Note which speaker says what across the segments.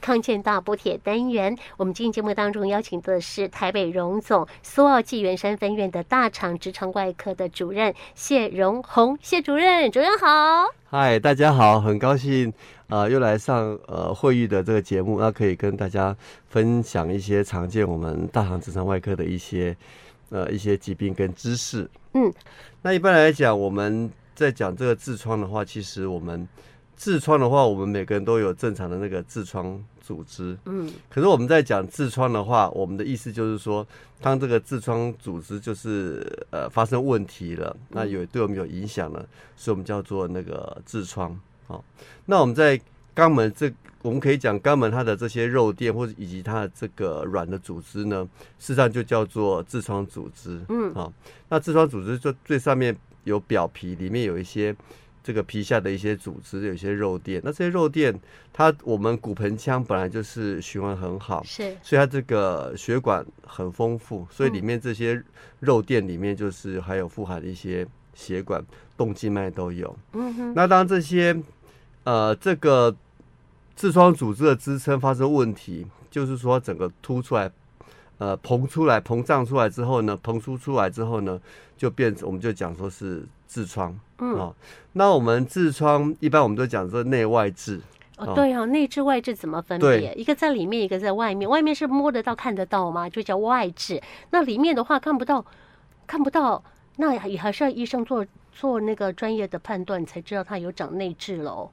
Speaker 1: 康健大补铁单元。我们今天节目当中邀请的是台北荣总苏澳纪元山分院的大肠直肠外科的主任谢荣宏，谢主任，主任好。
Speaker 2: 嗨，大家好，很高兴啊、呃又来上呃会议的这个节目，那可以跟大家分享一些常见我们大肠直肠外科的一些呃一些疾病跟知识。
Speaker 1: 嗯，
Speaker 2: 那一般来讲，我们在讲这个痔疮的话，其实我们痔疮的话，我们每个人都有正常的那个痔疮组织，
Speaker 1: 嗯
Speaker 2: 可是我们在讲痔疮的话，我们的意思就是说，当这个痔疮组织就是呃发生问题了，那有对我们有影响了，所以我们叫做那个痔疮。好、那我们在肛门这，我们可以讲肛门它的这些肉垫或者以及它的这个软的组织呢，事实上就叫做痔疮组织。
Speaker 1: 嗯
Speaker 2: 好、那痔疮组织就最上面有表皮，里面有一些。这个皮下的一些组织，有一些肉垫，那这些肉垫，它我们骨盆腔本来就是循环很好，
Speaker 1: 是
Speaker 2: 所以它这个血管很丰富，所以里面这些肉垫里面就是还有富含一些血管、动静脉都有。
Speaker 1: 嗯哼
Speaker 2: 那当这些呃这个痔疮组织的支撑发生问题，就是说整个凸出来。呃，膨出来、膨胀出来之后呢，膨出出来之后呢，就变成我们就讲说是痔疮啊、
Speaker 1: 嗯
Speaker 2: 哦那我们痔疮一般我们都讲说内外痔，
Speaker 1: 哦
Speaker 2: 哦
Speaker 1: 对哦，内痔外痔怎么分
Speaker 2: 对
Speaker 1: 别？一个在里面，一个在外面。外面是摸得到、看得到吗？就叫外痔。那里面的话看不到，看不到，那也还是要医生做做那个专业的判断，才知道他有长内痔
Speaker 2: 哦
Speaker 1: 喽。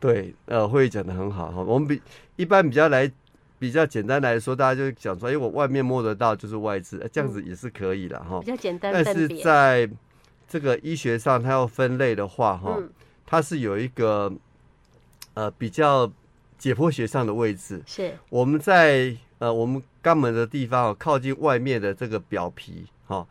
Speaker 2: 对，呃，会议讲的很好哈。我们比一般比较来比较简单来说，大家就讲说，哎、我外面摸得到就是外痔、呃这样子也是可以的哈
Speaker 1: 比。较简单
Speaker 2: 但
Speaker 1: 嗯分
Speaker 2: 是
Speaker 1: 别。
Speaker 2: 在这个医学上，它要分类的话哈，
Speaker 1: 嗯，
Speaker 2: 它是有一个呃比较解剖学上的位置。
Speaker 1: 是
Speaker 2: 我们在呃我们肛门的地方哦，靠近外面的这个表皮哈、哦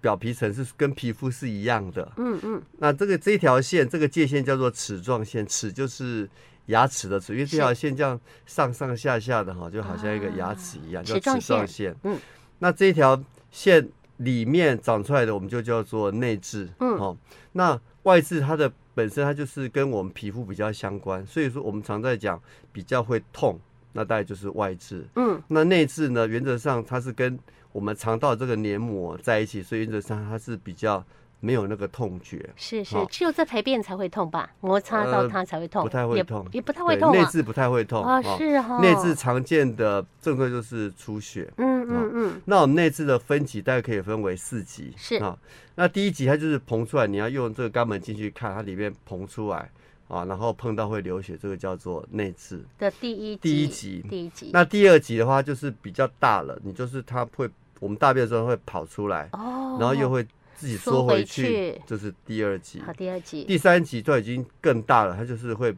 Speaker 2: 表皮层是跟皮肤是一样的，
Speaker 1: 嗯嗯，
Speaker 2: 那这个这条线，这个界限叫做齿状线，齿就是牙齿的齿，因为这条线这样上上下下的哈，就好像一个牙齿一样，
Speaker 1: 啊
Speaker 2: 叫
Speaker 1: 齿状
Speaker 2: 齿状
Speaker 1: 线
Speaker 2: 线。
Speaker 1: 嗯，
Speaker 2: 那这条线里面长出来的，我们就叫做内痔。
Speaker 1: 嗯
Speaker 2: 哦，那外痔它的本身它就是跟我们皮肤比较相关，所以说我们常在讲比较会痛，那大概就是外痔。
Speaker 1: 嗯，
Speaker 2: 那内痔呢，原则上它是跟我们肠道这个黏膜在一起，所以原则上它是比较没有那个痛觉。
Speaker 1: 是是
Speaker 2: 好，
Speaker 1: 只有在排便才会痛吧？摩擦到
Speaker 2: 呃
Speaker 1: 它才会痛，
Speaker 2: 不太会
Speaker 1: 也
Speaker 2: 痛
Speaker 1: 也不太会
Speaker 2: 对，
Speaker 1: 痛
Speaker 2: 内
Speaker 1: 啊。
Speaker 2: 痔不太会痛
Speaker 1: 啊，
Speaker 2: 哦
Speaker 1: 是哈，
Speaker 2: 内痔哦常见的症状就是出血。
Speaker 1: 嗯嗯嗯，
Speaker 2: 那我们内痔的分级大概可以分为四级，
Speaker 1: 是
Speaker 2: 啊。那第一级它就是膨出来，你要用这个肛门进去看，它里面膨出来啊，然后碰到会流血，这个叫做内痔。
Speaker 1: 的第一
Speaker 2: 第一
Speaker 1: 集，
Speaker 2: 集
Speaker 1: 第一集。
Speaker 2: 那第二级的话就是比较大了，你就是它会，我们大便的时候会跑出来，
Speaker 1: 哦，
Speaker 2: 然后又会自己
Speaker 1: 缩
Speaker 2: 缩
Speaker 1: 回
Speaker 2: 回去
Speaker 1: 去，
Speaker 2: 这是第二级。
Speaker 1: 好，第二集
Speaker 2: 第三级都已经更大了，它就是会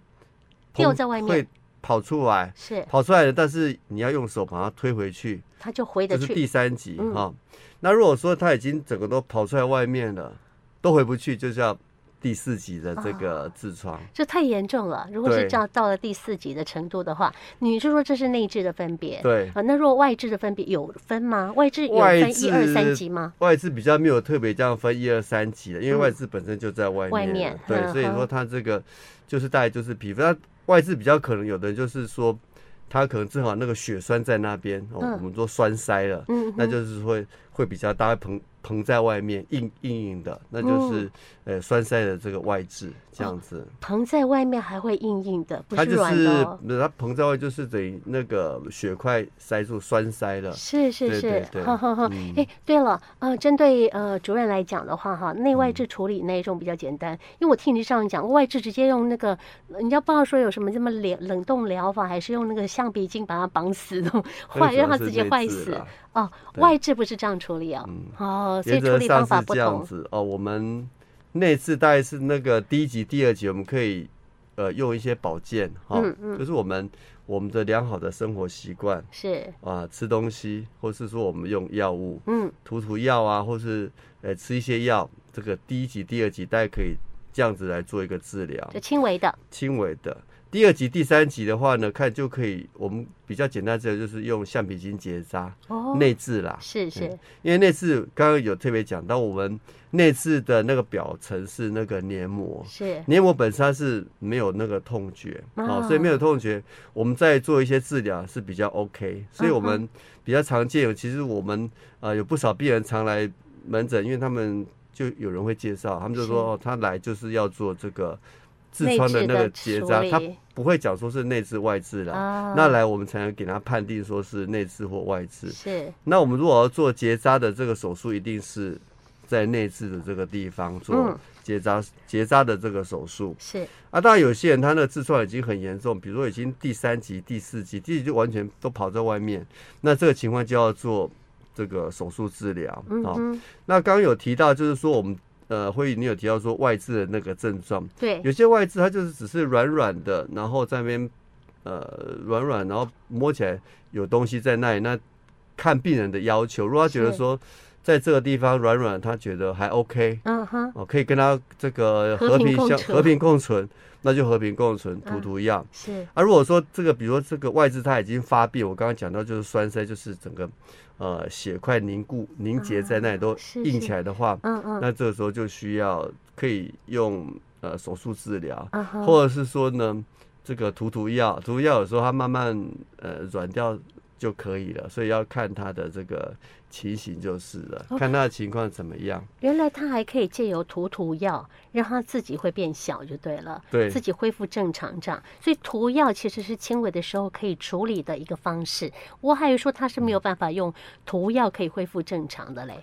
Speaker 1: 掉
Speaker 2: 膨
Speaker 1: 在外面
Speaker 2: 会跑出来，
Speaker 1: 是
Speaker 2: 跑出来了，但是你要用手把它推回去，
Speaker 1: 它就回
Speaker 2: 这
Speaker 1: 得
Speaker 2: 是
Speaker 1: 去。
Speaker 2: 第三级哈、
Speaker 1: 嗯
Speaker 2: 那如果说它已经整个都跑出来外面了，都回不去，就叫第四级的这
Speaker 1: 啊
Speaker 2: 个痔疮。
Speaker 1: 这太严重了！如果是
Speaker 2: 对
Speaker 1: 这样到了第四级的程度的话，你是说这是内置的分别？
Speaker 2: 对，
Speaker 1: 啊，那如果外置的分别有分吗？外置有
Speaker 2: 外
Speaker 1: 分一二三
Speaker 2: 置
Speaker 1: 级吗？
Speaker 2: 外痔比较没有特别这样分一二三级的，因为
Speaker 1: 嗯
Speaker 2: 外痔本身就在外面了，
Speaker 1: 外面
Speaker 2: 对，
Speaker 1: 嗯
Speaker 2: 所以
Speaker 1: 哼
Speaker 2: 说它这个就是大概就是皮肤，那外痔比较可能有的人就是说。他可能正好那个血栓在那边，哦，
Speaker 1: 嗯
Speaker 2: 我们说栓塞了，
Speaker 1: 嗯哼，
Speaker 2: 那就是会会比较大，会膨膨在外面，硬硬硬的，那就是、
Speaker 1: 嗯
Speaker 2: 呃栓塞的这个外痔这样子。
Speaker 1: 膨在外面还会硬硬的，哦不
Speaker 2: 它
Speaker 1: 是
Speaker 2: 就
Speaker 1: 软
Speaker 2: 是
Speaker 1: 的哦。
Speaker 2: 它膨在外就是等于那个血块塞住栓塞 了。
Speaker 1: 是是
Speaker 2: 对
Speaker 1: 是
Speaker 2: 对，对嗯
Speaker 1: 哈哈哈。哎，对了，呃，针对呃主任来讲的话，哈，内
Speaker 2: 嗯
Speaker 1: 外置处理那一种比较简单，因为我听你上讲，外置直接用那个，人家不知道说有什么这么冷冷冻疗法，还是用那个橡皮筋把它绑死的，坏让它自己坏死。哦，
Speaker 2: 对嗯
Speaker 1: 外置不是这样处理哦，哦，所以
Speaker 2: 原
Speaker 1: 处
Speaker 2: 则
Speaker 1: 理
Speaker 2: 上
Speaker 1: 方法
Speaker 2: 是
Speaker 1: 不
Speaker 2: 这样
Speaker 1: 同，
Speaker 2: 子哦。我们内痔大概是那个第一级、第二级，我们可以呃用一些保健哈，
Speaker 1: 嗯嗯
Speaker 2: 就是我们我们的良好的生活习惯
Speaker 1: 是，
Speaker 2: 啊，吃东西，或是说我们用药物，
Speaker 1: 嗯，
Speaker 2: 涂涂药啊，或是呃吃一些药，这个第一级、第二级大概可以这样子来做一个治疗
Speaker 1: 就，轻微的，
Speaker 2: 轻微的。第二集、第三集的话呢，看就可以，我们比较简单，这个就是用橡皮筋结扎
Speaker 1: 哦，
Speaker 2: 内嗯痔啦，
Speaker 1: 是是，
Speaker 2: 因为内痔刚刚有特别讲到，我们内痔的那个表层是那个黏膜，
Speaker 1: 是
Speaker 2: 黏膜本身它是没有那个痛觉，
Speaker 1: 啊
Speaker 2: 哦，所以没有痛觉，我们在做一些治疗是比较 OK。所以我
Speaker 1: 嗯
Speaker 2: 们比较常见，其实我们呃有不少病人常来门诊，因为他们就有人会介绍，他们就是说哦，他来就是要做这个痔
Speaker 1: 内
Speaker 2: 疮的
Speaker 1: 痔
Speaker 2: 那
Speaker 1: 的
Speaker 2: 个结
Speaker 1: 处
Speaker 2: 扎，他
Speaker 1: 理
Speaker 2: 不会讲说是内痔外痔啦。
Speaker 1: 啊
Speaker 2: 那来，我们才能给他判定说是内痔或外痔。
Speaker 1: 是
Speaker 2: 那我们如果要做结扎的这个手术，一定是在内痔的这个地方
Speaker 1: 嗯
Speaker 2: 做结扎、结扎的这个手术
Speaker 1: 是
Speaker 2: 啊。当然，有些人他那个痔疮已经很严重，比如说已经第三级、第四级，第四级就完全都跑在外面，那这个情况就要做这个手术治疗啊、
Speaker 1: 嗯哼，
Speaker 2: 那刚刚有提到，就是说我们呃，会议你有提到说外痔的那个症状，
Speaker 1: 对
Speaker 2: 有些外痔它就是只是软软的，然后在那边呃软软，然后摸起来有东西在那里。那看病人的要求，如果他觉得
Speaker 1: 是
Speaker 2: 说在这个地方软软，他觉得还 OK
Speaker 1: 嗯哼
Speaker 2: 哦，可以跟他这个
Speaker 1: 和
Speaker 2: 和
Speaker 1: 平
Speaker 2: 平
Speaker 1: 共
Speaker 2: 相
Speaker 1: 处
Speaker 2: 和平共存，那就和平共存，涂
Speaker 1: 嗯
Speaker 2: 涂药。
Speaker 1: 是
Speaker 2: 啊，如果说这个，比如说这个外痔它已经发病，我刚刚讲到就是栓塞，就是整个呃血块凝固凝结在那里都
Speaker 1: 是是
Speaker 2: 硬起来的话，
Speaker 1: 嗯嗯
Speaker 2: 那这个时候就需要可以用呃手术治疗，
Speaker 1: 嗯哼
Speaker 2: 或者是说呢这个涂涂药，涂药有时候它慢慢呃软掉就可以了，所以要看它的这个情形就是了，
Speaker 1: 哦
Speaker 2: 看它的情况怎么样。
Speaker 1: 原来它还可以借由涂涂药，让它自己会变小就对了，
Speaker 2: 对
Speaker 1: 自己恢复正常这样。所以涂药其实是轻微的时候可以处理的一个方式。我还有说它是没有办法用涂药可以恢复正常的嘞，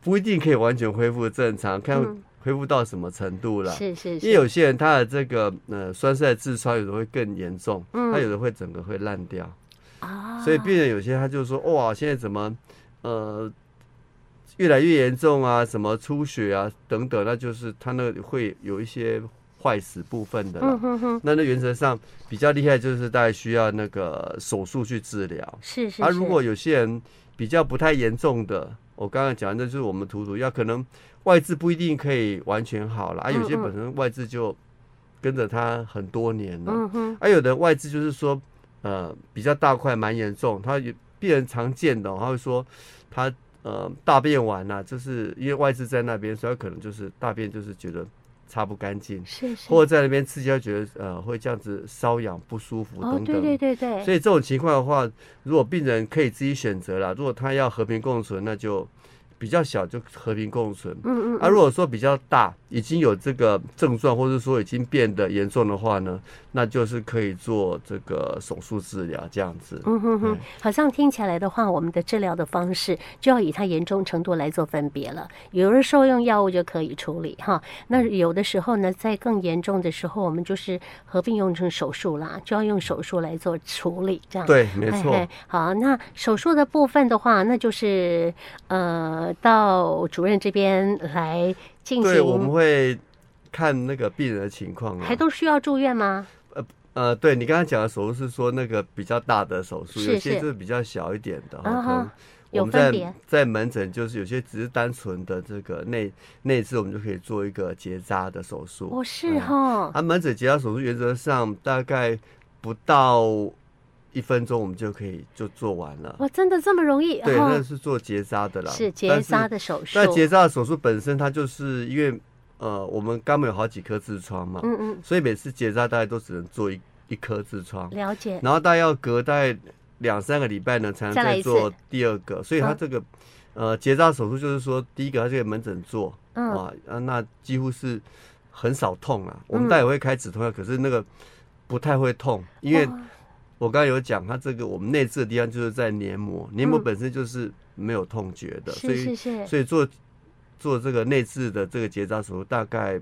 Speaker 2: 不一定可以完全恢复正常，看
Speaker 1: 嗯
Speaker 2: 恢复到什么程度了。
Speaker 1: 是是
Speaker 2: 因为有
Speaker 1: 是，
Speaker 2: 些人他的这个呃栓塞痔疮有的会更严重，
Speaker 1: 嗯
Speaker 2: 他有的会整个会烂掉，
Speaker 1: 啊，
Speaker 2: 所以病人有些他就说哇，现在怎么呃越来越严重啊，什么出血啊等等，那就是他那个会有一些坏死部分的啦。
Speaker 1: 嗯哼哼，
Speaker 2: 那那原则上比较厉害就是大概需要那个手术去治疗，
Speaker 1: 是是是，
Speaker 2: 啊，如果有些人比较不太严重的，我刚刚讲的就是我们涂涂药，可能外痔不一定可以完全好了，啊，有些
Speaker 1: 嗯嗯
Speaker 2: 本身外痔就跟着他很多年了，
Speaker 1: 嗯哼
Speaker 2: 啊，有的外痔就是说，呃，比较大块，蛮严重，他有病人常见的哦、他会说他呃大便完了、就是因为外痔在那边，所以他可能就是大便就是觉得擦不干净。
Speaker 1: 是是，
Speaker 2: 或者在那边刺激，他觉得呃会这样子瘙痒、不舒服等
Speaker 1: 哦
Speaker 2: 等。
Speaker 1: 对对对对，
Speaker 2: 所以这种情况的话，如果病人可以自己选择啦，如果他要和平共存，那就比较小就和平共存。
Speaker 1: 嗯嗯
Speaker 2: 啊，如果说比较大，已经有这个症状，或者说已经变得严重的话呢，那就是可以做这个手术治疗这样子。
Speaker 1: 嗯哼哼
Speaker 2: 对，
Speaker 1: 好像听起来的话，我们的治疗的方式就要以它严重程度来做分别了。有的时候用药物就可以处理哈，那有的时候呢，在更严重的时候，我们就是合并用成手术啦，就要用手术来做处理，这样。
Speaker 2: 对，没
Speaker 1: 哎
Speaker 2: 错
Speaker 1: 哎。好，那手术的部分的话，那就是呃，到主任这边来进
Speaker 2: 对，我们
Speaker 1: 行，
Speaker 2: 会看那个病人的情况啊
Speaker 1: 还。都需要住院吗？
Speaker 2: 呃，对你刚刚讲的手术是说那个比较大的手术，
Speaker 1: 是
Speaker 2: 有些
Speaker 1: 是
Speaker 2: 就是比较小一点的哈。
Speaker 1: 啊
Speaker 2: 可
Speaker 1: 哈
Speaker 2: 能
Speaker 1: 有
Speaker 2: 我们
Speaker 1: 分
Speaker 2: 在
Speaker 1: 别
Speaker 2: 在门诊就是有些只是单纯的这个内内痔，我们就可以做一个结扎的手术。
Speaker 1: 我哦是
Speaker 2: 嗯
Speaker 1: 哈，
Speaker 2: 啊，门诊结扎手术原则上大概不到一分钟，我们就可以就做完了。
Speaker 1: 我真的这么容易？
Speaker 2: 对，
Speaker 1: 哈
Speaker 2: 那是做结扎的啦。
Speaker 1: 哦是结
Speaker 2: 但
Speaker 1: 扎的手术。
Speaker 2: 那结扎的手术本身，它就是因为呃，我们肛门有好几颗痔疮嘛，
Speaker 1: 嗯嗯，
Speaker 2: 所以每次结扎大概都只能做一一颗痔疮，
Speaker 1: 了解。
Speaker 2: 然后大概要隔大概两三个礼拜呢，才能
Speaker 1: 再来
Speaker 2: 再
Speaker 1: 一次
Speaker 2: 做第二个。所以它
Speaker 1: 嗯
Speaker 2: 这个、呃结扎手术就是说，第一个它就给门诊做，
Speaker 1: 嗯，
Speaker 2: 啊啊，那几乎是很少痛啦。我
Speaker 1: 嗯
Speaker 2: 们大也会开止痛药，可是那个不太会痛，因为
Speaker 1: 哇
Speaker 2: 我刚刚有讲，它这个我们内痔的地方就是在黏膜，黏膜
Speaker 1: 嗯
Speaker 2: 本身就是没有痛觉的，所
Speaker 1: 是哦是
Speaker 2: 以
Speaker 1: 是，
Speaker 2: 所以做做这个内痔的这个结扎手术，大概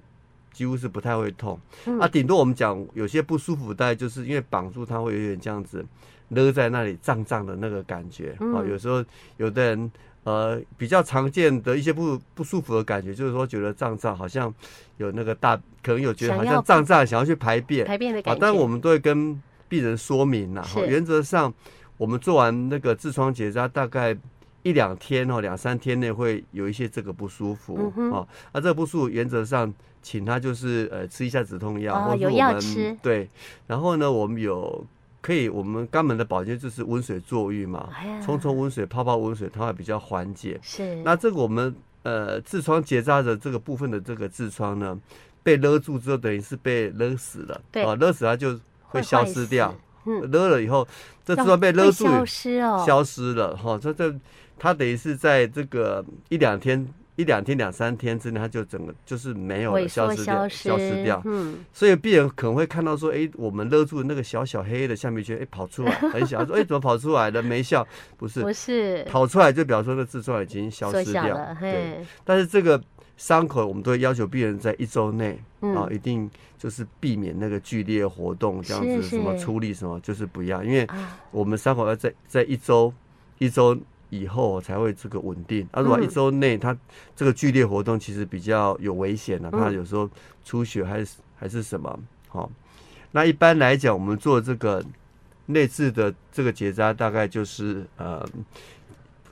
Speaker 2: 几乎是不太会痛。
Speaker 1: 嗯
Speaker 2: 啊，顶多我们讲有些不舒服，大概就是因为绑住它会有点这样子勒在那里胀胀的那个感觉。啊，
Speaker 1: 嗯
Speaker 2: 有时候有的人呃比较常见的一些不不舒服的感觉，就是说觉得胀胀，好像有那个大，可能有觉得好
Speaker 1: 想要
Speaker 2: 像胀胀，想要去排便。
Speaker 1: 排便的
Speaker 2: 啊
Speaker 1: 感，觉。
Speaker 2: 但我们都会跟病人说明啦。
Speaker 1: 是
Speaker 2: 哈原则上，我们做完那个痔疮结扎，大概一两天哦，两三天内会有一些这个不舒服
Speaker 1: 嗯哼
Speaker 2: 啊。那这个不舒服，原则上请他就是呃吃一下止痛药，
Speaker 1: 哦
Speaker 2: 或者
Speaker 1: 有
Speaker 2: 是我
Speaker 1: 药
Speaker 2: 们
Speaker 1: 吃
Speaker 2: 对，然后呢，我们有可以我们肛门的保健就是温水坐浴嘛，
Speaker 1: 哎呀
Speaker 2: 冲冲温水、泡泡温水，它会比较缓解。
Speaker 1: 是
Speaker 2: 那这个我们呃痔疮结扎的这个部分的这个痔疮呢，被勒住之后，等于是被勒死了，
Speaker 1: 对
Speaker 2: 啊，勒死它就会消失掉
Speaker 1: 坏。死，嗯，
Speaker 2: 勒了以后，这痔
Speaker 1: 要
Speaker 2: 疮被勒
Speaker 1: 会
Speaker 2: 住，
Speaker 1: 消失哦，
Speaker 2: 消失了哈。这这它等于是在这个一两天、一两天、两三天之内，它就整个就是没有了，
Speaker 1: 萎
Speaker 2: 消
Speaker 1: 缩
Speaker 2: 失掉，
Speaker 1: 失，
Speaker 2: 消失掉。
Speaker 1: 嗯，
Speaker 2: 所以病人可能会看到说，哎、我们勒住的那个小小黑黑的橡皮圈，哎、跑出来，很小，说，哎、怎么跑出来了？没效，不是
Speaker 1: 不是
Speaker 2: 跑出来就表示说那痔疮已经消
Speaker 1: 缩
Speaker 2: 失
Speaker 1: 小
Speaker 2: 掉
Speaker 1: 了，。
Speaker 2: 对，
Speaker 1: 嘿，
Speaker 2: 但是这个伤口我们都会要求病人在一周内啊，
Speaker 1: 嗯
Speaker 2: 一定就是避免那个剧烈活动，这样
Speaker 1: 是
Speaker 2: 子什么
Speaker 1: 是
Speaker 2: 出力什么就是不要，因为
Speaker 1: 啊，
Speaker 2: 我们伤口要在在一周一周以后才会这个稳定。啊，如果
Speaker 1: 嗯
Speaker 2: 一周内它这个剧烈活动其实比较有危险的、
Speaker 1: 嗯
Speaker 2: 怕有时候出血还是还是什么。好、那一般来讲，我们做这个内痔的这个结扎，大概就是呃，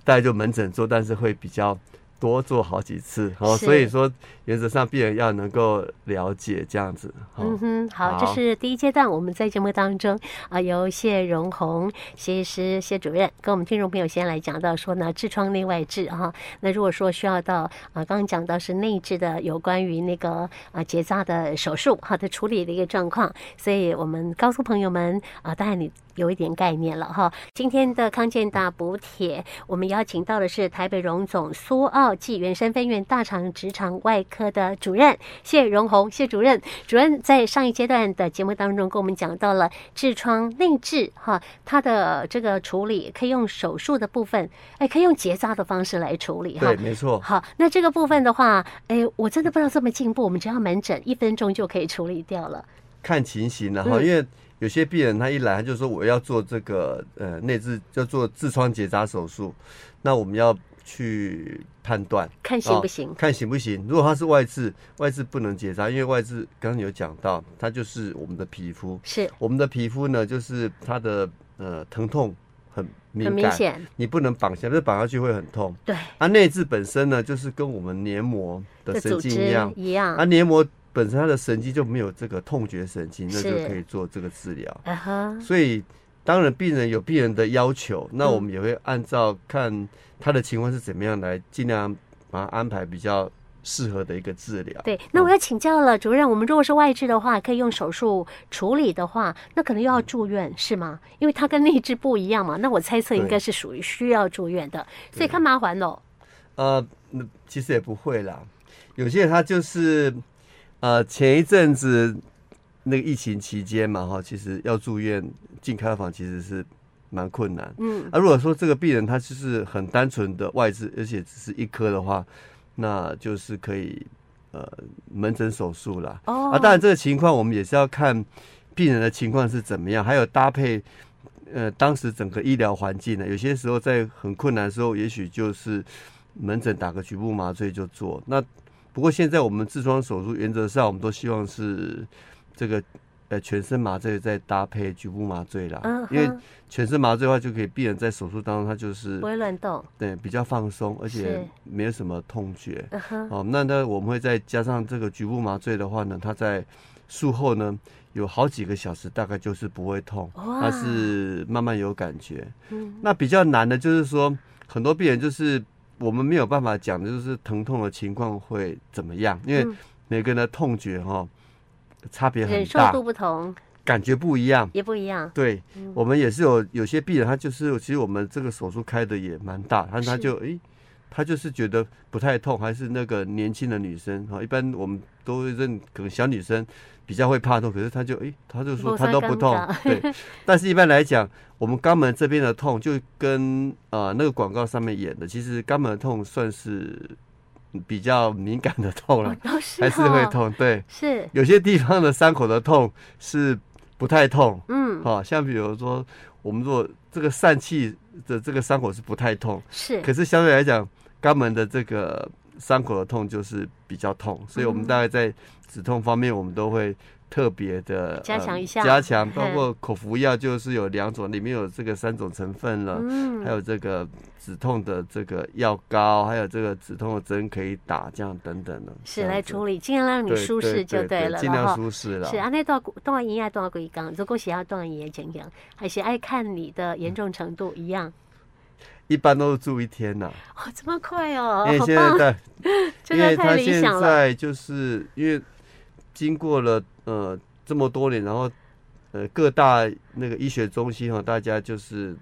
Speaker 2: 大概就门诊做，但是会比较。多做好几次，好、
Speaker 1: 是
Speaker 2: 所以说原则上病人要能够了解这样子，好、
Speaker 1: 嗯哼，好，这
Speaker 2: 好
Speaker 1: 是第一阶段，我们在节目当中啊、由谢荣红谢医师、谢主任跟我们听众朋友先来讲到说呢，痔疮内外痔哈、那如果说需要到啊、刚刚讲到是内痔的有关于那个啊、结扎的手术好的处理的一个状况，所以我们告诉朋友们啊、当然你有一点概念了哈。今天的康健大补帖，我们邀请到的是台北荣总苏澳暨原山分院大肠直肠外科的主任谢荣红谢主任。主任在上一阶段的节目当中跟我们讲到了痔疮内痔哈，它的这个处理可以用手术的部分，哎，可以用结扎的方式来处理哈
Speaker 2: 对，。没错，
Speaker 1: 好，那这个部分的话，哎，我真的不知道这么进步，我们只要门诊一分钟就可以处理掉了。
Speaker 2: 看情形了哈，
Speaker 1: 嗯
Speaker 2: 因为有些病人他一来他就说我要做这个呃内痔，要做痔疮结扎手术，那我们要去判断
Speaker 1: 看行不行
Speaker 2: 哦看行不行。如果他是外痔，外痔不能结扎，因为外痔刚刚有讲到，它就是我们的皮肤，
Speaker 1: 是
Speaker 2: 我们的皮肤呢就是它的呃疼痛很敏
Speaker 1: 很明
Speaker 2: 感，
Speaker 1: 显，
Speaker 2: 你不能绑下，这绑下去会很痛。
Speaker 1: 对，
Speaker 2: 啊，内痔本身呢就是跟我们黏膜的
Speaker 1: 这
Speaker 2: 神
Speaker 1: 组
Speaker 2: 经一
Speaker 1: 织
Speaker 2: 样，
Speaker 1: 一样
Speaker 2: 啊，，黏膜本身它的神经就没有这个痛觉神经，那就是可以做这个治疗。
Speaker 1: 啊哈，
Speaker 2: 所以当然病人有病人的要求，那
Speaker 1: 嗯
Speaker 2: 我们也会按照看他的情况是怎么样来，尽量把他安排比较适合的一个治疗。
Speaker 1: 对，那我要请教了，主任，我们如果是外痔的话，可以用手术处理的话，那可能又要住院是吗？因为它跟内痔不一样嘛，那我猜测应该是属于需要住院的，所以看麻烦喽。
Speaker 2: 呃，那其实也不会啦，有些人他就是呃前一阵子那个疫情期间嘛哈，其实要住院进开刀房其实是蛮困难。
Speaker 1: 嗯，
Speaker 2: 啊，如果说这个病人他就是很单纯的外痔，而且只是一颗的话，那就是可以呃门诊手术啦。
Speaker 1: 哦，
Speaker 2: 啊，当然这个情况我们也是要看病人的情况是怎么样，还有搭配呃当时整个医疗环境呢，有些时候在很困难的时候，也许就是门诊打个局部麻醉就做。那不过现在我们痔疮手术原则上我们都希望是这个呃全身麻醉再搭配局部麻醉啦，
Speaker 1: 嗯哼，
Speaker 2: 因为全身麻醉的话，就可以病人在手术当中，他就是
Speaker 1: 不会乱动，
Speaker 2: 对比较放松，而且
Speaker 1: 是
Speaker 2: 没有什么痛觉。
Speaker 1: 嗯哼，
Speaker 2: 哦，那那我们会再加上这个局部麻醉的话呢，它在术后呢有好几个小时，大概就是不会痛，
Speaker 1: 哇，
Speaker 2: 它是慢慢有感觉。
Speaker 1: 嗯
Speaker 2: 那比较难的就是说，很多病人就是我们没有办法讲的，就是疼痛的情况会怎么样，因为
Speaker 1: 嗯
Speaker 2: 每个人的痛觉哈、哦、差别很
Speaker 1: 忍受
Speaker 2: 大
Speaker 1: 度，不同
Speaker 2: 感觉不一样。
Speaker 1: 也不一样，
Speaker 2: 对，我们也是有有些病人，他就是其实我们这个手术开的也蛮大，但他
Speaker 1: 是
Speaker 2: 就诶、他就是觉得不太痛，还是那个年轻的女生哈，一般我们都会认可能小女生比较会怕痛，可是他就诶、他就说
Speaker 1: 不
Speaker 2: 他
Speaker 1: 酸
Speaker 2: 都不
Speaker 1: 尴
Speaker 2: 痛
Speaker 1: 尬，
Speaker 2: 对，但是一般来讲，我们肛门这边的痛就跟呃那个广告上面演的，其实肛门的痛算是比较敏感的痛了
Speaker 1: 哦，，都是
Speaker 2: 还是会
Speaker 1: 哦，
Speaker 2: 痛，对，
Speaker 1: 是，
Speaker 2: 有些地方的伤口的痛是不太痛。
Speaker 1: 嗯，
Speaker 2: 好、像比如说，我们如果这个疝气的这个伤口是不太痛，
Speaker 1: 是，
Speaker 2: 可是相对来讲，肛门的这
Speaker 1: 嗯
Speaker 2: 个伤口的痛就是比较痛，所以我们大概在止痛方面，我们都会特别的
Speaker 1: 加强一下
Speaker 2: 加强包
Speaker 1: 嗯
Speaker 2: 括口服药就是有两种，里面有这个三种成分了，
Speaker 1: 嗯
Speaker 2: 还有这个止痛的这个药膏，还有这个止痛的针可以打，这样等等的，这
Speaker 1: 是
Speaker 2: 样
Speaker 1: 来
Speaker 2: 子
Speaker 1: 处理，尽量让你
Speaker 2: 对
Speaker 1: 舒
Speaker 2: 对
Speaker 1: 适就
Speaker 2: 对
Speaker 1: 了，
Speaker 2: 尽
Speaker 1: 然后。
Speaker 2: 量舒适了，
Speaker 1: 是，啊安尼多多医啊，多几工，如果是要多医的情形，还是爱看你的严重程度一样。
Speaker 2: 一般都是住一天呐、
Speaker 1: 哦，这么快哦，
Speaker 2: 因为
Speaker 1: 好
Speaker 2: 现在
Speaker 1: 棒，
Speaker 2: 在
Speaker 1: 真
Speaker 2: 因
Speaker 1: 的
Speaker 2: 为
Speaker 1: 太
Speaker 2: 他
Speaker 1: 理
Speaker 2: 现
Speaker 1: 想了。
Speaker 2: 在就是因为经过了呃这么多年，然后呃各大那个医学中心哈，大家就是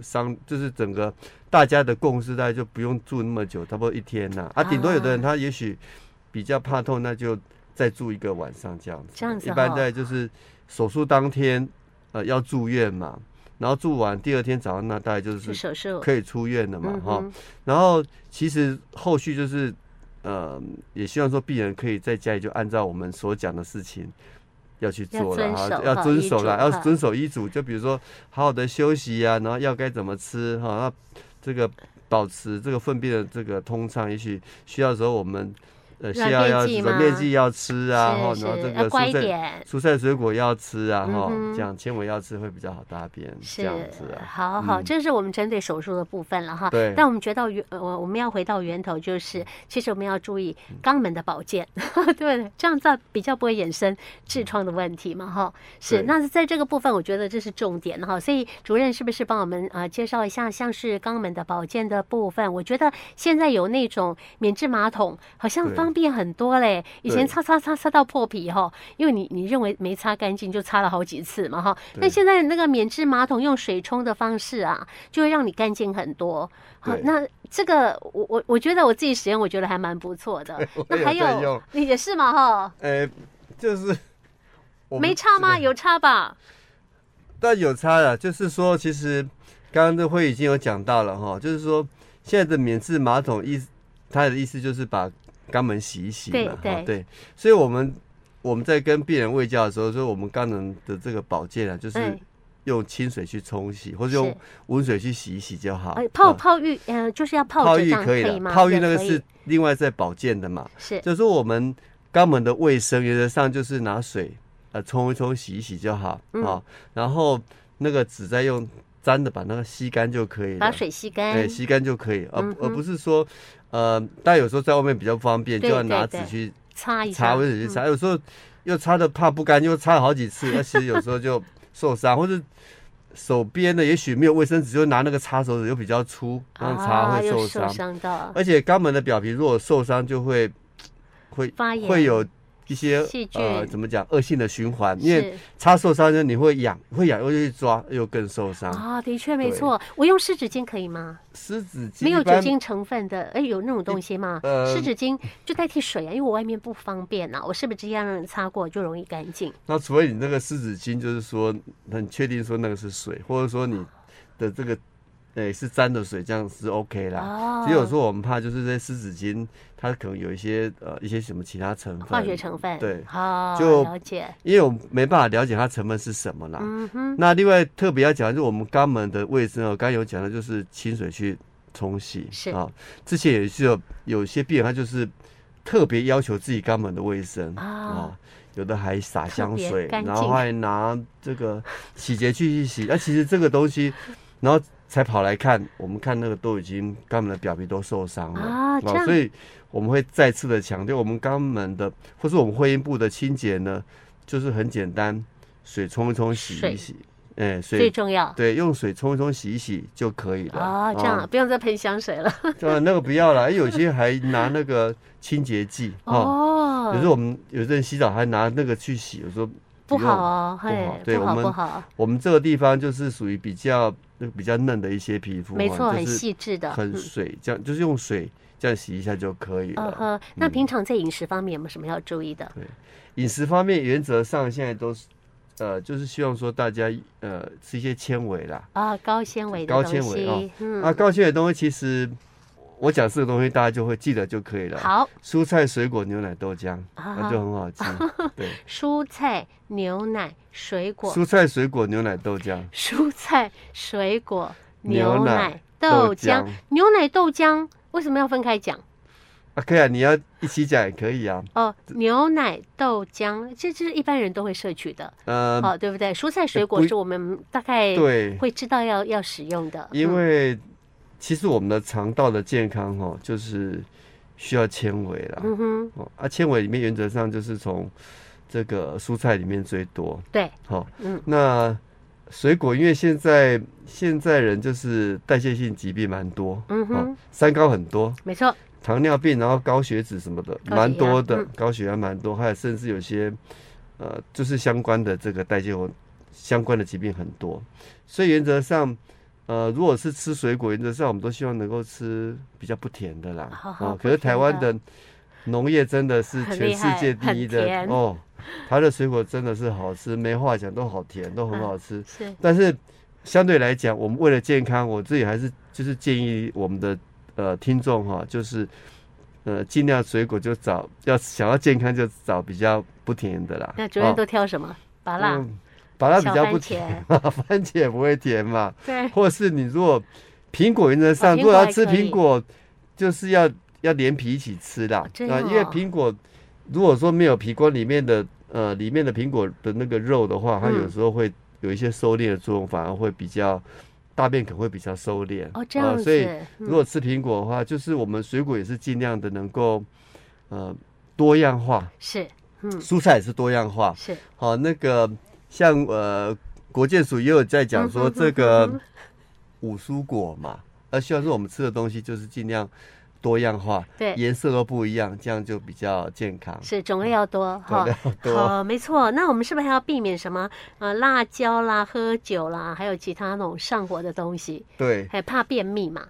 Speaker 2: 商就是整个大家的共识，大家就不用住那么久，差不多一天呐、啊。顶多有的人他也许比较怕痛，那就再住一个晚上这样子。
Speaker 1: 这样子
Speaker 2: 一般
Speaker 1: 哈
Speaker 2: 在就是手术当天呃要住院嘛，然后住完第二天早上那大概就是是
Speaker 1: 手术，
Speaker 2: 可以出院了嘛
Speaker 1: 嗯
Speaker 2: 哈。
Speaker 1: 哼，
Speaker 2: 然后其实后续就是，呃，也希望说病人可以在家里就按照我们所讲的事情要去做了
Speaker 1: 要遵
Speaker 2: 哈，
Speaker 1: 守哈
Speaker 2: 要遵
Speaker 1: 医
Speaker 2: 守了，
Speaker 1: 嘱
Speaker 2: 要
Speaker 1: 哈
Speaker 2: 遵守医嘱。就比如说好好的休息呀、然后药该怎么吃哈、那这个保持这个粪便的这个通畅，也许需要的时候我们呃
Speaker 1: 软
Speaker 2: 泻药
Speaker 1: 便
Speaker 2: 要
Speaker 1: 剂
Speaker 2: 软便
Speaker 1: 吗
Speaker 2: 剂要吃啊，哈，
Speaker 1: 是
Speaker 2: 然后这
Speaker 1: 是，
Speaker 2: 个
Speaker 1: 要乖一
Speaker 2: 蔬菜
Speaker 1: 点。
Speaker 2: 蔬菜水果要吃啊，哈、
Speaker 1: 嗯哼
Speaker 2: 这样纤维要吃会比较好大便，这
Speaker 1: 是
Speaker 2: 样子，啊，
Speaker 1: 好好，
Speaker 2: 嗯
Speaker 1: 这是我们针对手术的部分了哈。
Speaker 2: 对嗯
Speaker 1: 但我们觉得源，呃我我们要回到源头，就是其实我们要注意肛门的保健， 对，这样子比较不会衍生痔疮的问题嘛哈。是，
Speaker 2: 嗯对
Speaker 1: 那在这个部分，我觉得这是重点哈。所以主任是不是帮我们呃介绍一下，像是肛门的保健的部分？我觉得现在有那种免治马桶，好像
Speaker 2: 对
Speaker 1: 方便很多嘞。以前
Speaker 2: 对
Speaker 1: 擦擦擦擦到破皮哈，因为你你认为没擦干净，就擦了好几次嘛哈。
Speaker 2: 对
Speaker 1: 那现在那个免治马桶用水冲的方式啊，就会让你干净很多。好，
Speaker 2: 对
Speaker 1: 那这个我我我觉得我自己使用，我觉得还蛮不错的。
Speaker 2: 我
Speaker 1: 那还
Speaker 2: 也在
Speaker 1: 有
Speaker 2: 用
Speaker 1: 你也是嘛哈？
Speaker 2: 呃，就是我们
Speaker 1: 没差吗？有差吧？
Speaker 2: 但有差了，就是说，其实刚刚的会已经有讲到了哈，就是说现在的免治马桶意思，它的意思就是把肛门洗一洗
Speaker 1: 对
Speaker 2: 嘛，
Speaker 1: 对
Speaker 2: 哈对，所以我们我们在跟病人喂教的时候，说我们肛门的这个保健啊，就是
Speaker 1: 嗯，
Speaker 2: 用清水去冲洗，或者
Speaker 1: 是
Speaker 2: 用。温水去洗一洗就好
Speaker 1: 呃，。泡
Speaker 2: 啊
Speaker 1: 泡浴，嗯，就是要泡
Speaker 2: 泡
Speaker 1: 着这
Speaker 2: 浴
Speaker 1: 样
Speaker 2: 可以
Speaker 1: 吗？
Speaker 2: 了，泡浴
Speaker 1: 也
Speaker 2: 那个
Speaker 1: 可以
Speaker 2: 是另外在保健的嘛，
Speaker 1: 是
Speaker 2: 就是我们肛门的卫生，原则上就是拿水呃冲一冲、洗一洗就好啊、
Speaker 1: 嗯
Speaker 2: 然后那个纸再用粘的把那个吸干就可以
Speaker 1: 把
Speaker 2: 了。
Speaker 1: 水吸
Speaker 2: 对，
Speaker 1: 干，
Speaker 2: 吸干就可以，而、
Speaker 1: 嗯哼
Speaker 2: 而不是说，呃，但有时候在外面比较不方便，就
Speaker 1: 对
Speaker 2: 要拿纸
Speaker 1: 对对
Speaker 2: 去
Speaker 1: 擦嗯一
Speaker 2: 擦
Speaker 1: 下
Speaker 2: 或。者去擦，有时候又擦的怕不干，又擦了好几次，那 其实有时候就受伤，或者手边的也许没有卫生纸，就拿那个擦手指又比较粗，那样擦
Speaker 1: 啊
Speaker 2: 会
Speaker 1: 又
Speaker 2: 受
Speaker 1: 受
Speaker 2: 伤。
Speaker 1: 伤的
Speaker 2: 而且肛门的表皮如果受伤，就会会
Speaker 1: 发炎
Speaker 2: 会有一些
Speaker 1: 细菌
Speaker 2: 呃怎么讲恶性的循环，因为
Speaker 1: 是
Speaker 2: 擦受伤呢，你会痒，会痒又去抓，又更受伤。
Speaker 1: 啊，的确没
Speaker 2: 对
Speaker 1: 错。我用湿纸巾可以吗？
Speaker 2: 湿纸巾
Speaker 1: 没有
Speaker 2: 一
Speaker 1: 酒
Speaker 2: 般
Speaker 1: 精成分的，哎，有那种东西吗？
Speaker 2: 呃
Speaker 1: 湿纸巾就代替水啊，因为我外面不方便呐、我是不是直接让人擦过就容易干净？
Speaker 2: 那除非你那个湿纸巾，就是说很确定说那个是水，或者说你的这个诶、是沾的水，这样是 OK 啦。
Speaker 1: 哦
Speaker 2: 啊只有说我们怕就是这湿纸巾，它可能有一些呃一些什么其他成分，
Speaker 1: 化学成分
Speaker 2: 对
Speaker 1: 哦，
Speaker 2: 就
Speaker 1: 了解，
Speaker 2: 因为我们没办法了解它成分是什么啦。
Speaker 1: 嗯哼，
Speaker 2: 那另外特别要讲，就是我们肛门的卫生哦，刚刚有讲的，就是清水去冲洗。
Speaker 1: 是
Speaker 2: 啊，之前也是有有些病人他就是特别要求自己肛门的卫生
Speaker 1: 啊
Speaker 2: 哦有的还洒香
Speaker 1: 特别
Speaker 2: 水，
Speaker 1: 干净
Speaker 2: 然后还拿这个洗洁剂去洗。那、啊其实这个东西，然后才跑来看，我们看那个都已经肛门的表皮都受伤了
Speaker 1: 啊这样
Speaker 2: 所以我们会再次的强调，我们肛门的或是我们会阴部的清洁呢，就是很简单，水冲一冲，洗
Speaker 1: 水
Speaker 2: 一洗，哎、
Speaker 1: 最
Speaker 2: 水
Speaker 1: 重要
Speaker 2: 对，用水冲一冲，洗一洗就可以了。
Speaker 1: 哦，这样、不用再喷香水了
Speaker 2: 啊，对那个不要了，哎有些还拿那个清洁剂啊。
Speaker 1: 哦
Speaker 2: 有时候我们有些人洗澡还拿那个去洗，有时候
Speaker 1: 不
Speaker 2: 用
Speaker 1: 好哦，
Speaker 2: 不好
Speaker 1: 嘿，
Speaker 2: 对
Speaker 1: 不好
Speaker 2: 我们
Speaker 1: 不好，
Speaker 2: 我们这个地方就是属于比较那个比较嫩的一些皮肤，
Speaker 1: 没
Speaker 2: 哈
Speaker 1: 错，很
Speaker 2: 就是
Speaker 1: 细致的，
Speaker 2: 很水，这样就是用水这样洗一下就可以
Speaker 1: 嗯
Speaker 2: 了。
Speaker 1: 哼，那平常在饮食方面有没有什么要注意的？
Speaker 2: 饮食方面，原则上现在都是，呃，就是希望说大家呃吃一些纤维啦。
Speaker 1: 啊，高纤维的
Speaker 2: 高
Speaker 1: 东
Speaker 2: 纤维哦
Speaker 1: 西，嗯，
Speaker 2: 啊，高纤维的东西其实我讲四个东西，大家就会记得就可以了。
Speaker 1: 好，
Speaker 2: 蔬菜、水果、牛奶、豆浆，
Speaker 1: 啊
Speaker 2: 啊那就很 好记。对，
Speaker 1: 蔬菜、牛奶、水果，
Speaker 2: 蔬菜、水果、牛奶、豆浆，
Speaker 1: 蔬菜、水果、
Speaker 2: 牛
Speaker 1: 牛
Speaker 2: 奶
Speaker 1: 奶、豆
Speaker 2: 豆浆
Speaker 1: 浆。牛奶、豆浆为什么要分开讲？
Speaker 2: 啊，啊，可以啊，你要一起讲也可以啊。
Speaker 1: 哦，牛奶、豆浆，这这是一般人都会摄取的，
Speaker 2: 嗯、
Speaker 1: 哦，对不对？蔬菜水果
Speaker 2: 不
Speaker 1: 是我们大概
Speaker 2: 对，
Speaker 1: 会知道要要使用的，
Speaker 2: 因
Speaker 1: 嗯
Speaker 2: 为其实我们的肠道的健康哦，就是需要纤维啦。
Speaker 1: 嗯哼，
Speaker 2: 哦，啊，纤维里面原则上就是从这个蔬菜里面最多。
Speaker 1: 对，
Speaker 2: 好、
Speaker 1: 嗯
Speaker 2: 那水果因为现在现在人就是代谢性疾病蛮多，
Speaker 1: 嗯
Speaker 2: 哦
Speaker 1: 哼，，
Speaker 2: 三高很多，
Speaker 1: 没错，
Speaker 2: 糖尿病，然后高血脂什么的
Speaker 1: 高血压
Speaker 2: 蛮多的
Speaker 1: 嗯，
Speaker 2: 高血压蛮多，还有甚至有些呃，就是相关的这个代谢活相关的疾病很多，所以原则上。呃，如果是吃水果，原则上我们都希望能够吃比较不甜的啦。
Speaker 1: 好
Speaker 2: 啊，
Speaker 1: 好不
Speaker 2: 可是台湾
Speaker 1: 甜
Speaker 2: 的农业真的是
Speaker 1: 很
Speaker 2: 全
Speaker 1: 厉
Speaker 2: 世
Speaker 1: 害
Speaker 2: 界第
Speaker 1: 很
Speaker 2: 一的
Speaker 1: 甜
Speaker 2: 哦，它的水果真的是好吃，没话讲，都好甜，都很
Speaker 1: 嗯
Speaker 2: 好吃。
Speaker 1: 是，
Speaker 2: 但是相对来讲，我们为了健康，我自己还是就是建议我们的呃听众哈，就是呃尽量水果就找要想要健康就找比较不甜的啦。
Speaker 1: 那主任
Speaker 2: 哦
Speaker 1: 都挑什么？拔辣，
Speaker 2: 嗯把它比
Speaker 1: 小
Speaker 2: 较
Speaker 1: 番
Speaker 2: 不甜， 番茄也不会甜嘛。
Speaker 1: 对，
Speaker 2: 或是你如果苹果原则上，
Speaker 1: 哦苹
Speaker 2: 如果
Speaker 1: 果
Speaker 2: 要
Speaker 1: 还
Speaker 2: 吃
Speaker 1: 可以
Speaker 2: 苹果，就是要要连皮一起吃啦。
Speaker 1: 真
Speaker 2: 啊
Speaker 1: 哦
Speaker 2: 因为苹果如果说没有皮光里面的呃里面的苹果的那个肉的话，它有
Speaker 1: 嗯
Speaker 2: 时候会有一些收敛的作用，反而会比较大便可能会比较收敛。
Speaker 1: 哦，这
Speaker 2: 啊
Speaker 1: 样
Speaker 2: 所以
Speaker 1: 子，嗯
Speaker 2: 如果吃苹果的话，就是我们水果也是尽量的能够呃多样化，
Speaker 1: 是，嗯，
Speaker 2: 蔬菜也是多样化。
Speaker 1: 是，
Speaker 2: 好，那个像呃，国健署也有在讲说
Speaker 1: 嗯哼
Speaker 2: 这个
Speaker 1: 嗯哼
Speaker 2: 五蔬果嘛，而希望说我们吃的东西就是尽量多样化，
Speaker 1: 对，
Speaker 2: 颜色都不一样，这样就比较健康。
Speaker 1: 是种类要多
Speaker 2: 嗯种
Speaker 1: 哈
Speaker 2: 类要，多
Speaker 1: 好，没错。那我们是不是还要避免什么呃辣椒啦、喝酒啦，还有其他那种上火的东西，
Speaker 2: 对，
Speaker 1: 还怕便秘嘛？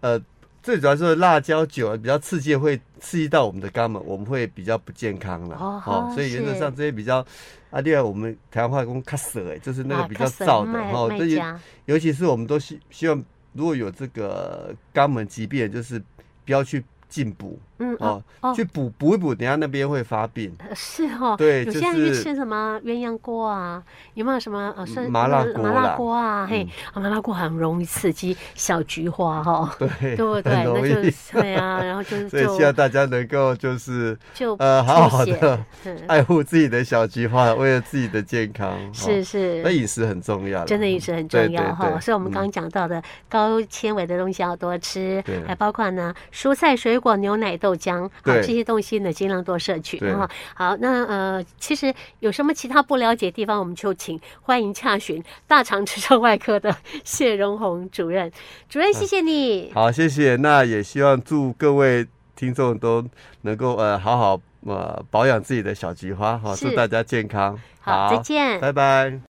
Speaker 2: 呃，最主要是辣椒酒啊比较刺激，会刺激到我们的肛门，我们会比较不健康了。
Speaker 1: 哦
Speaker 2: 所以原则上
Speaker 1: 是
Speaker 2: 这些比较啊，另外我们台湾话讲卡涩，哎，就是那
Speaker 1: 啊
Speaker 2: 个比较
Speaker 1: 较省
Speaker 2: 燥的哦
Speaker 1: 卖
Speaker 2: 哈，
Speaker 1: 卖
Speaker 2: 这些
Speaker 1: 家
Speaker 2: 尤其是我们都希希望，如果有这个肛门疾病，就是不要去进补
Speaker 1: 嗯哦
Speaker 2: 哦，去补补一补，等一下那边会发病。
Speaker 1: 呃是哦，
Speaker 2: 对
Speaker 1: 有
Speaker 2: 就
Speaker 1: 些人去
Speaker 2: 是
Speaker 1: 吃什么鸳鸯锅啊，有没有什么呃是
Speaker 2: 麻辣锅
Speaker 1: 麻辣
Speaker 2: 啦嗯
Speaker 1: 锅啊？嘿，啊麻辣锅很容易刺激小菊花哈，
Speaker 2: 对，
Speaker 1: 对不对？那
Speaker 2: 很容
Speaker 1: 就
Speaker 2: 易。
Speaker 1: 是对啊，然后 就是
Speaker 2: 所以希望
Speaker 1: 就
Speaker 2: 大家能够就是
Speaker 1: 就
Speaker 2: 呃好
Speaker 1: 出
Speaker 2: 好
Speaker 1: 血
Speaker 2: 的 哦
Speaker 1: 嗯
Speaker 2: 爱护自己的小菊花，为了自己的健康。哦
Speaker 1: 是，是
Speaker 2: 那。饮食很重要啦，
Speaker 1: 真的饮食很重要
Speaker 2: 嗯对对
Speaker 1: 哈，
Speaker 2: 对
Speaker 1: 所以我们刚刚讲到的高纤维的东西要多吃
Speaker 2: 对，
Speaker 1: 还包括呢蔬菜、水果、牛奶、豆浆，好
Speaker 2: 对
Speaker 1: 这些东西呢尽量多摄取
Speaker 2: 对
Speaker 1: 哈。好，那呃，其实有什么其他不了解的地方，我们就请欢迎洽询大肠直肠外科的 谢荣宏主任，主任谢谢你。
Speaker 2: 嗯好，谢谢。那也希望祝各位听众都能够呃好好呃保养自己的小菊花，好，祝
Speaker 1: 是
Speaker 2: 大家健康。
Speaker 1: 好，再见。
Speaker 2: 拜拜。